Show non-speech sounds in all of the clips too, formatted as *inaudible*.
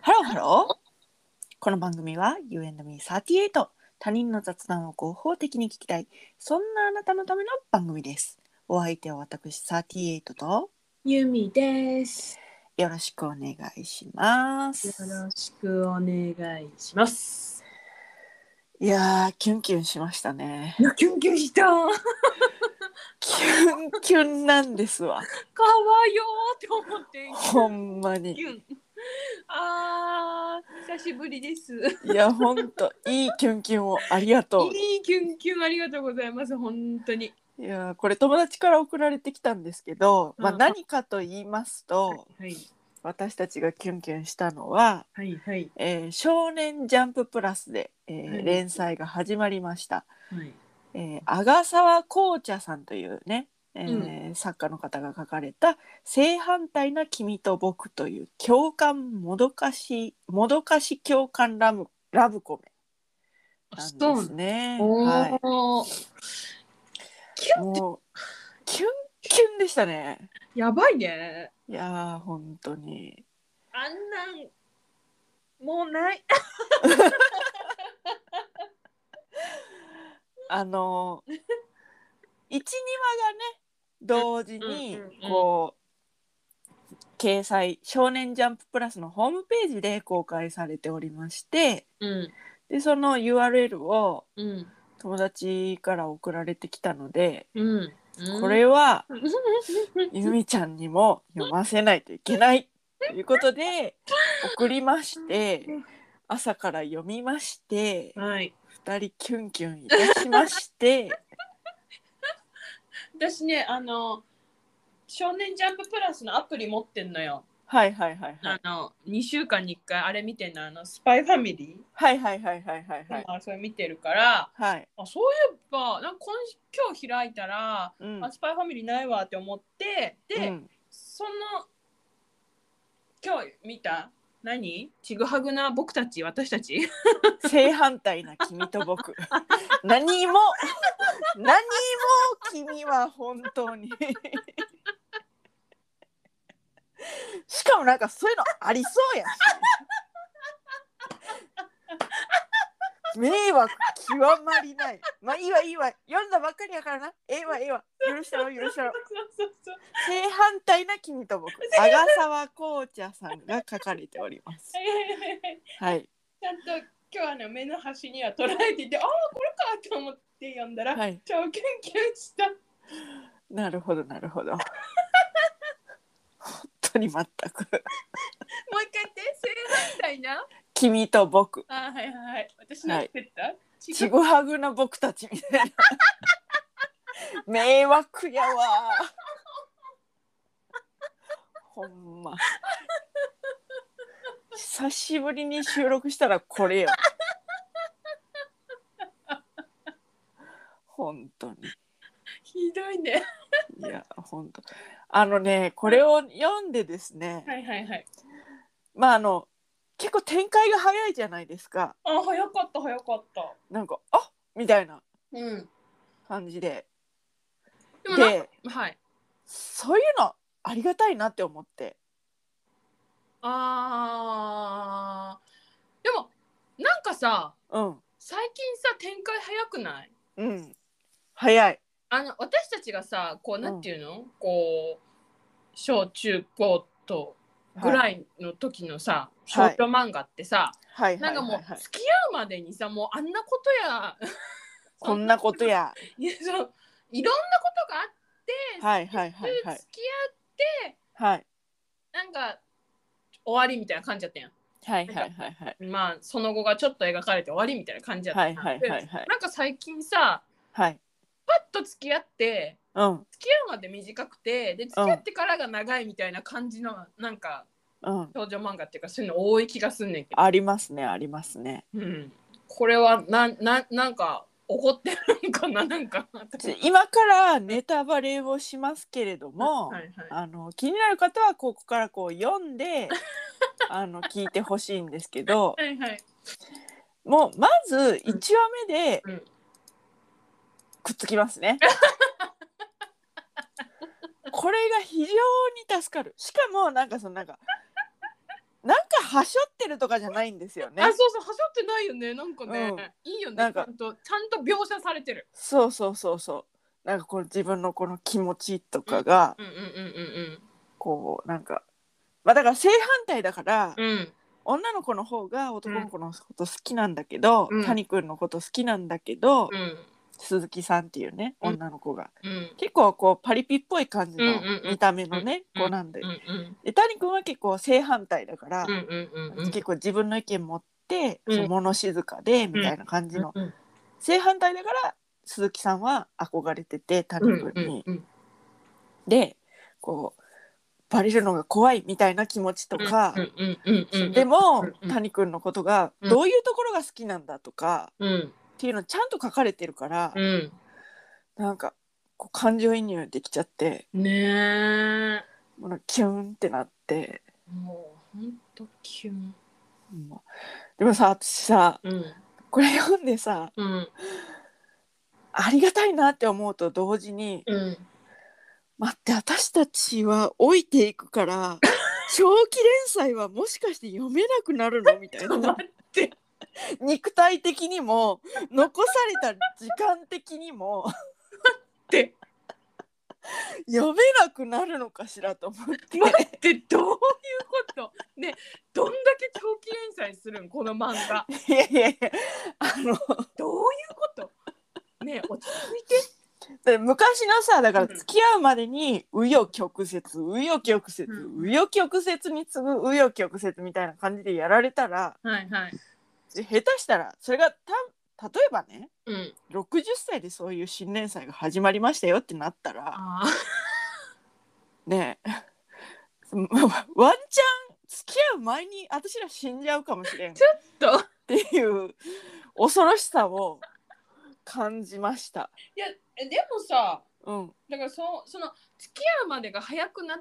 ハローこの番組は You and me38 他人の雑談を合法的に聞きたいそんなあなたのための番組ですお相手は私38とゆみです。よろしくお願いしまよすろしくお願いします。いやーキュンキュンしましたねいや、キュンキュンした。かわキュンキュンなんですわよーって思って。ほんまにキュン。あー、久しぶりです。いやほんといいキュンキュンをありがといいキュンキュンありがとうございます。本当に。ういやーこれ友達から送られてきたんですけど、まあ、うん何かと言いますとはい。私たちがキュンキュンしたのははい。はい。えー少年ジャンププラスで、えーはい連載が始まりました。はい。えー、阿賀沢紅茶さんというね、えー作家の方が書かれた「正反対な君と僕」という共感もどかしもどかし共感ラムラブコメなんですね。おはおー、い、もうキュンキュンでしたね。やばいね。いやー本当にあんなん。もうない。あ *laughs* の12話がね同時にうんうんうんこう掲載「少年ジャンププラス」のホームページで公開されておりましてうん。でその URL をうん。友達から送られてきたのでうん。これ *laughs* はゆみちゃんにも読ませないといけないということで送りまして朝から読みましてはい。 2人キュンキュンいたしまして。私ねあの「少年ジャンププラス」のアプリ持ってんのよ。はいはいはいはいあの2週間に1回あれ見てんのあのスパイファミリはいはいはいはいはいー、はい。あそれ見てるからはい。あそういえばなんか今今日開いたら、うん。あスパイファミリーないわって思ってで、うんその今日見た何ちぐはぐな僕たち私 *laughs* たち正反対な君と僕。何も。何も君は本当に。しかもなんかそういうのありそうやし。迷惑極まりない。まあいいわいいわ。読んだばっかりやからな。ええわええわ。許したろ許したろそう。そうそう正反対な君と僕。阿賀沢紅茶さんが書かれております。はい。ちゃんと今日あの目の端には捉えていてああこれかと思って読んだら、はい。超キュンキュンした。なるほど、なる *laughs* ほど。本当に全く。もう一回言って、正反対な。君と僕。あ、はいはいはい。私の作った、違ちう。ぐはぐな僕たちみ *laughs* たいな。迷惑やわ。ほんま。久しぶりに収録したらこれよ。本当に。ひどいね。いや、本当。あのね、これを読んでですね。はいはいはい。まああの結構展開が早いじゃないですかあ、早かった早かった。なんか「あみたいなうん。感じででもなんかではい。そういうのありがたいなって思ってあーでも、なんかさ、うん最近さ、展開早くないうん早いあの、私たちがさ、こう、なんていうの、こう、小中高と、ぐらいいの時のさ、少はい女漫画ってさ、はいはないんはかいもはうい付き合うまでにさもうあんなことやこんなことやいやそういろんなことがあって、はいはいはいはい付き合ってはいなんか終わりみたいな感じだったやはいはいはいはいんまあその後がちょっと描かれて終わりみたいな感じだったはやいんはいはいはいなんか最近さはいパッと付き合ってうん付き合うまで短くてで付き合ってからが長いみたいな感じの、なんかうん少女漫画っていうかそういうの多い気がすんねんけど、ありますねありますねうん、これはなんなんなんか怒ってるんかななんかちょ今からネタバレをしますけれども、はいはいあの気になる方はここからこう読んであの聞いてほしいんですけどはいはいもうまず1話目でうんくっつきます *laughs* ね。これが非常に助かるしかもなんかそのなんかなんかはしょってるとかじゃないんですよねあ、そうそう、はしょってないよね。なんかね、うんいいよね。なんかちゃんと、ちゃんと描写されてる。そうそうそうそうなんかこの自分のこの気持ちとかがうんうんうんこうなんかまあだから正反対だからうんうん。女の子の方が男の子のこと好きなんだけど、うん谷君のこと好きなんだけど、うんうん鈴木さんっていうねうん女の子が、うん結構こうパリピっぽい感じうんのうんうん見た目のね、子なんで,、うんうんで谷君は結構正反対だから、うんうんうんうん。結構自分の意見持って、うんその物静かでみたいな感じの、うん正反対だから鈴木さんは憧れてて谷う君に、んうんうん。でこうバレるのが怖いみたいな気持ちとか。うんうんうんうんうん。でも、うんうん谷君のことがうんどういうところが好きなんだとか、うんっていうのちゃんと書かれてるから、うん。なんかこう感情移入できちゃってねえ。もうキュンってなって、もう、ほんとキュン。もうでもさ私さうんこれ読んでさうんありがたいなって思うと同時にうん。待って私たちは老いていくから *laughs* 長期連載はもしかして読めなくなるのみたいな待肉体的にも残された時間的にも。って、読めなくなるのかしらと思って待って、どういうことねどんだけ長期連載するんこの漫画。いやいやいやあのどういうことね落ち着いて。で昔のさだからうん付き合うまでに紆余曲折紆余曲折うん紆余曲折に次ぐ紆余曲折みたいな感じでやられたらはいはい。で下手したらそれがた例えばねうん。 60歳でそういう新年祭が始まりましたよってなったらああ。ねえワンチャン付き合う前に私ら死んじゃうかもしれんちょっとっていう恐ろしさを感じました。いや、えでもさ、うん、だからそその付き合うまでが早くなっ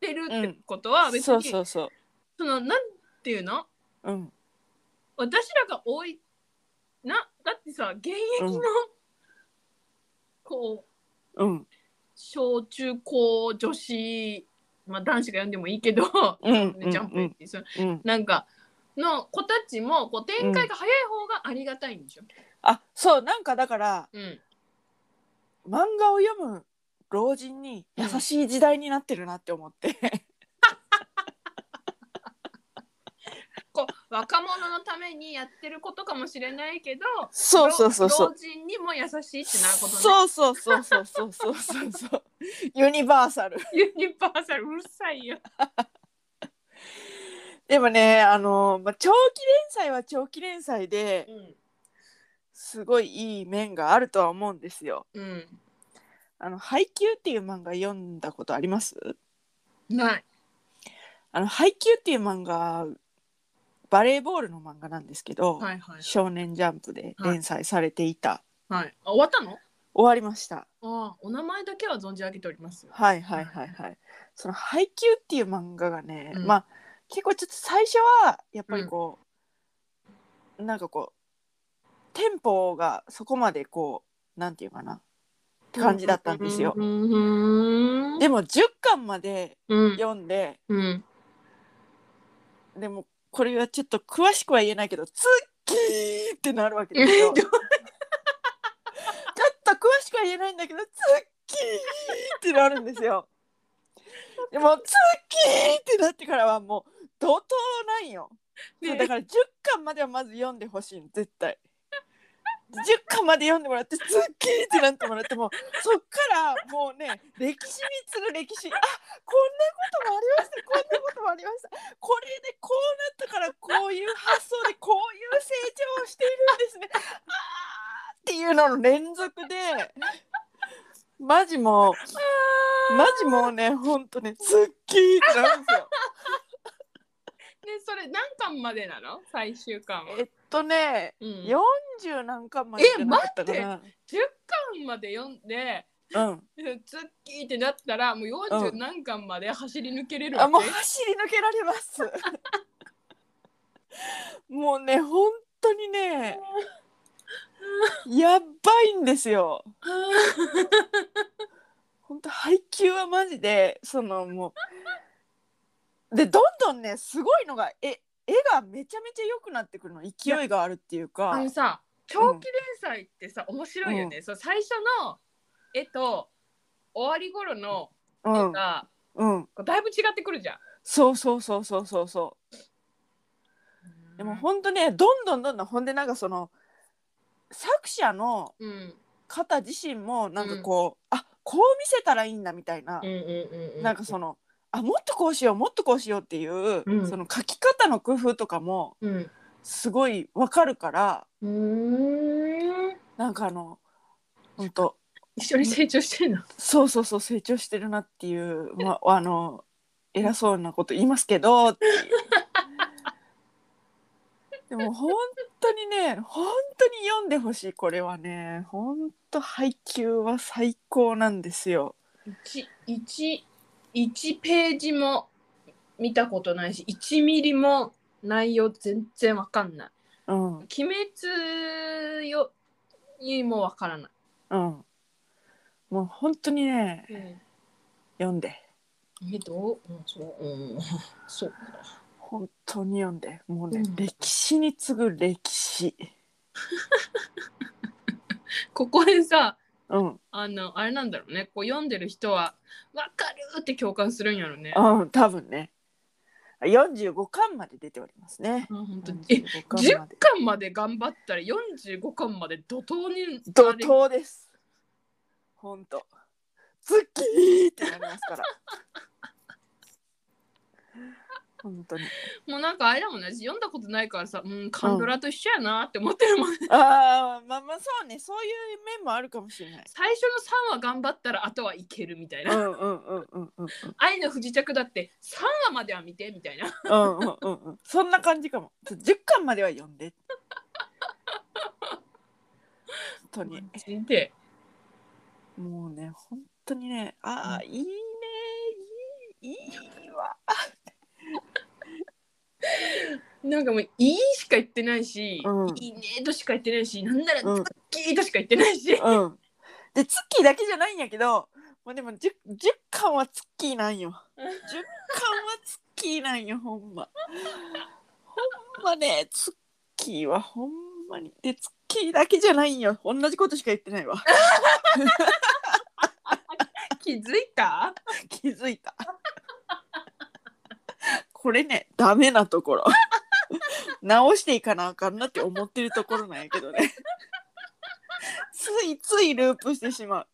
てるってことは別に、そうそうそそのなんていうのう。うん、私らが多いなだってさ現役の、うんこううん、小中高女子、まあ、男子が読んでもいいけど、うんうん *laughs* ジャンプエッジそのうん。なんかの子たちもこう展開が早い方がありがたいんでしょ、あ、そう、なんかだから、うん、漫画を読む老人に優しい時代になってるなって思 *laughs* って。こう若者のためにやってることかもしれないけどそうそうそうそ老う。人にも優しいってなることねそうそうそうそうそうそうそうそう。ユニバーサル。ユニバーサルうるさいよ。でもね、あの、まあ、長期連載は長期連載でんすごいいい面があるとは思うんですよ。うんあの、配給っていう漫画読んだことあります？ない。あの「ハイキュー」っていう漫画バレーボールの漫画なんですけど、はいはい少年ジャンプ」で連載されていた、はい。あ終わったの？終わりましたああお名前だけは存じ上げております。はいはいはいはいその「ハイキュー」っていう漫画がね、うんまあ結構ちょっと最初はやっぱりこう、なんかこうテンポがそこまでこうなんていうかなって感じだったんですよ、うん。でも10巻までうん読んで、うん。でもこれはちょっと詳しくは言えないけど「ツッキー!」ってなるわけです *laughs* よ。ちょっと詳しくは言えないんだけど「ツッキー!」ってなるんですよ。でも「ツッキー!」ってなってからはもう怒涛なんよ。そうだから10巻まではまず読んでほしいの絶対。10巻まで読んでもらって「ツッキー!」ってなってもらってもそっからもうね歴史に次ぐ歴史あこんなこともありましたこんなこともありましたこれでこうなったからこういう発想でこういう成長をしているんですねあーっていうのの連続でマジもうマジもうねほんとね「ツッキー!」ってなるんです *laughs* よ。ねそれ何巻までなの？最終巻は。えっとねうん、10 40何巻までじゃなかったかえな。巻まで読んで。うんツッキーってなったらもう40何巻まで走り抜けれるあもわうけ、走り抜けられ *laughs* ます。もうね本当にねやっばいんですよ。本当配給はマジでそのもうでどんどんねすごいのがえ絵がめちゃめちゃ良くなってくるの勢いがあるっていうかあのさ長期連載ってさ、面白いよね、そう最初の絵と終わり頃のうん絵が、うんこうだいぶ違ってくるじゃん。そうそうそうそうそうそうでもほんとねどんどんどんどんほんでなんかその作者のうんうん方自身もなんかこう、あこう見せたらいいんだみたいな、うんうんうんなんかそのあもっとこうしようもっとこうしようっていう、うんその書き方の工夫とかもうんすごいわかるからうーんなんかあの本当一緒に成長してんの。そうそうそう成長してるなっていう、 *laughs* まあ、あの偉そうなこと言いますけどっていうでも本当にね本当に読んでほしいこれはね本当配給は最高なんですよ。一一一ページも見たことないし、一ミリも内容全然わかんない。うん鬼滅よにもわからない。うん、もう本当にね読んでえどう、うん、そう、うん、そう。本当に読んでもうね、うん歴史に次ぐ歴史ここでさ、うんあの、あれなんだろうね、こう読んでる人は。わかるって共感するんやろね。うん多分ね45巻まで出ておりますねうん、本当に。え、 45十巻まで巻まで頑張ったら、四十五巻まで怒涛に。怒。涛です本当ズッキーってなりますから *laughs* 本当にもうなんかあれだもんね、私読んだことないからさ、うん、カンドラと一緒やなって思ってるもんね。あーまあまあそうねそういう面もあるかもしれない最初の三話頑張ったら、あとはいけるみたいうな。んうんうんうんうん愛の不時着だって、三話までは見てみたいな。うんうんうんうんそんな感じかもちょ10巻までは読んで本当にで、もうね本当にねああ、いいねいいいいわなんかもう「いい」しか言ってないし「うんいいね」としか言ってないしなんなら「うんズッキー」としか言ってないし、うんでツッキーだけじゃないんやけどもうでも 10, 10巻はツッキーなんよ10巻はツッキーなんよほんまほんまねツッキーはほんまにでツッキーだけじゃないんよ同じことしか言ってないわ気づいた気づいたこれねダメなところ *laughs* 直していかなあかんなって思ってるところなんやけどねついついループしてしまう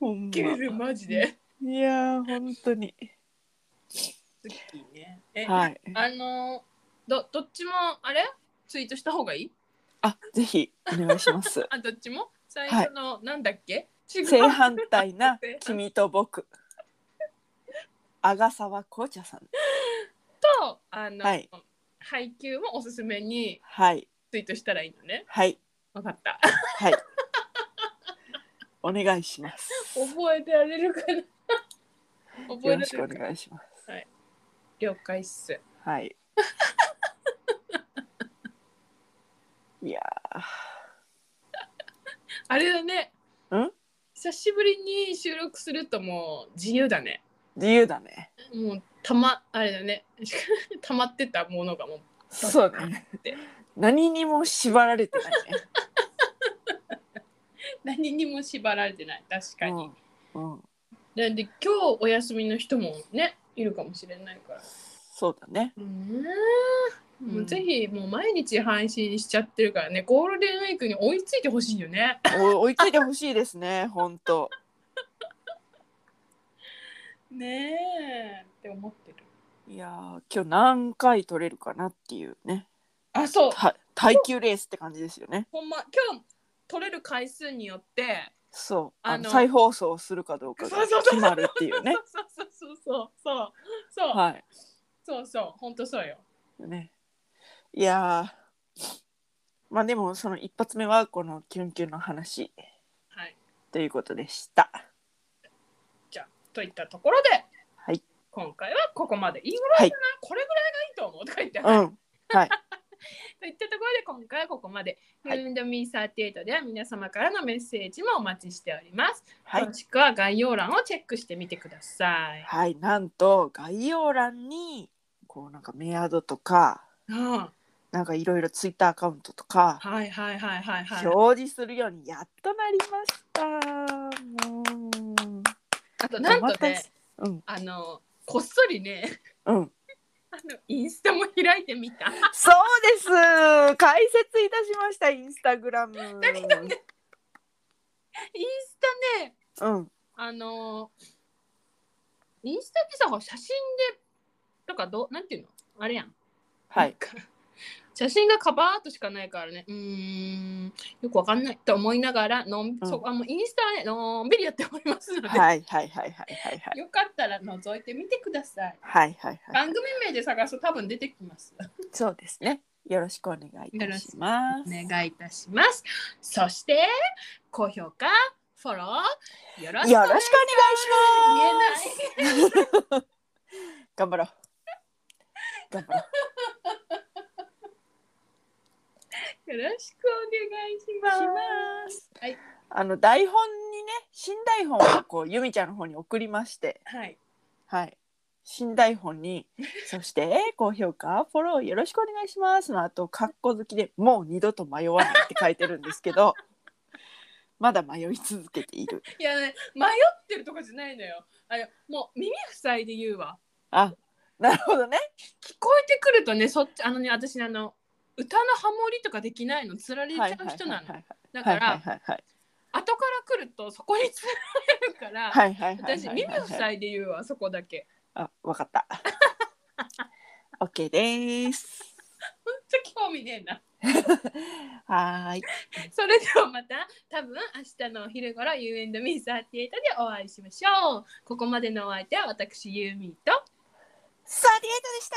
ほんキルまマジでいやー本当にズッキーねえ、はいあのーどどっちもあれツイートした方がいいあぜひお願いします *laughs* あどっちも最初の、なんだっけ違う正反対な君と僕阿賀沢紅茶さんとあの、はい配給もおすすめにはいツイートしたらいいのねはい分か *laughs* ったはいお願いします覚えてられるかな *laughs* 覚よえろらしれくおるか願いします。了解っすはい。いやあれだねん久しぶりに収録するともう自由だねー、自由だね。もうたまあれだね *laughs* 溜まってたものがもうそうねで。 *laughs* 何にも縛られてない何にも縛られてない確かにね。、うん、うん、なんで今日お休みの人もねいるかもしれないからそうだね。うんんもうぜひもう毎日配信しちゃってるからねゴールデンウィークに追いついてほしいよねお追いついてほしいですね。本当。ねえって思ってるいやー、今日何回取れるかなっていうね。あそうた耐久レースって感じですよね。ほんま今日取れる回数によってそう。あのあの再放送するかどうかが決まるっていうね。そうそうそうそうそうそうはい。そうそう本当そうよ。ね。いやーまあでもその一発目はこのキュンキュンの話はい。ということでした。じゃあといったところで、はい、今回はここまでいいぐらいかな、これぐらいがいいと思うとか言って、うん。はい。といったところで今回はここまで。ヒューンドミー38では皆様からのメッセージもお待ちしております。はい詳、しくは概要欄をチェックしてみてください。はい、なんと概要欄にこうなんかメアドとかうんなんかいろいろツイッターアカウントとかはいはいはいはいはい。表示するようにやっとなりました。もうあとなんまとたね、うんあの、こっそりね、 *laughs* うん、あのインスタも開いてみた。そうです。解説いたしましたインスタグラム。インスタね、うん、あのーインスタってさ、ほら写真で、とかどう、なんていうのあれやん。はい。なんか。写真がカバーアートしかないからね、うーん、よくわかんないと思いながら、のんうんそこはもうインスタはね、のんびりやっておりますので、はいはいはいはいはいはい。よかったら覗いてみてください。はいはいはい。番組名で探すと多分出てきます。そうですね。よろしくお願いいたします。お願いいたします。そして、高評価、フォロー、よろしくよろしくお願言えいしまないす。。頑張ろう。頑張ろう。よろしくお願いします。ます。はいあの台本にね、新台本をこう、ゆみちゃんの方に送りまして。はい。はい。新台本に、そして高評価、フォローよろしくお願いしますの後、カッコ好きでもう二度と迷わないって書いてるんですけど。まだ迷い続けている。いやね、迷ってるとかじゃないのよ。あれ、もう耳塞いで言うわ。あ、なるほどね。聞こえてくるとね、そっち、あのね、私ねあの。歌のハモリとかできないの、つられちゃう人なの。い。だはかいら、はいはいはい。後から来ると、そこにつられるから。はいはいはいはいはい。私、耳塞いで言うわ、そこだけ。あ、わかった。オッケーです。ほんと興味ねえな。はーい。それではまた多分明日のお昼頃 You and me38 でお会いしましょう。ここまでのお相手は私ユーミーとサディエイトでした。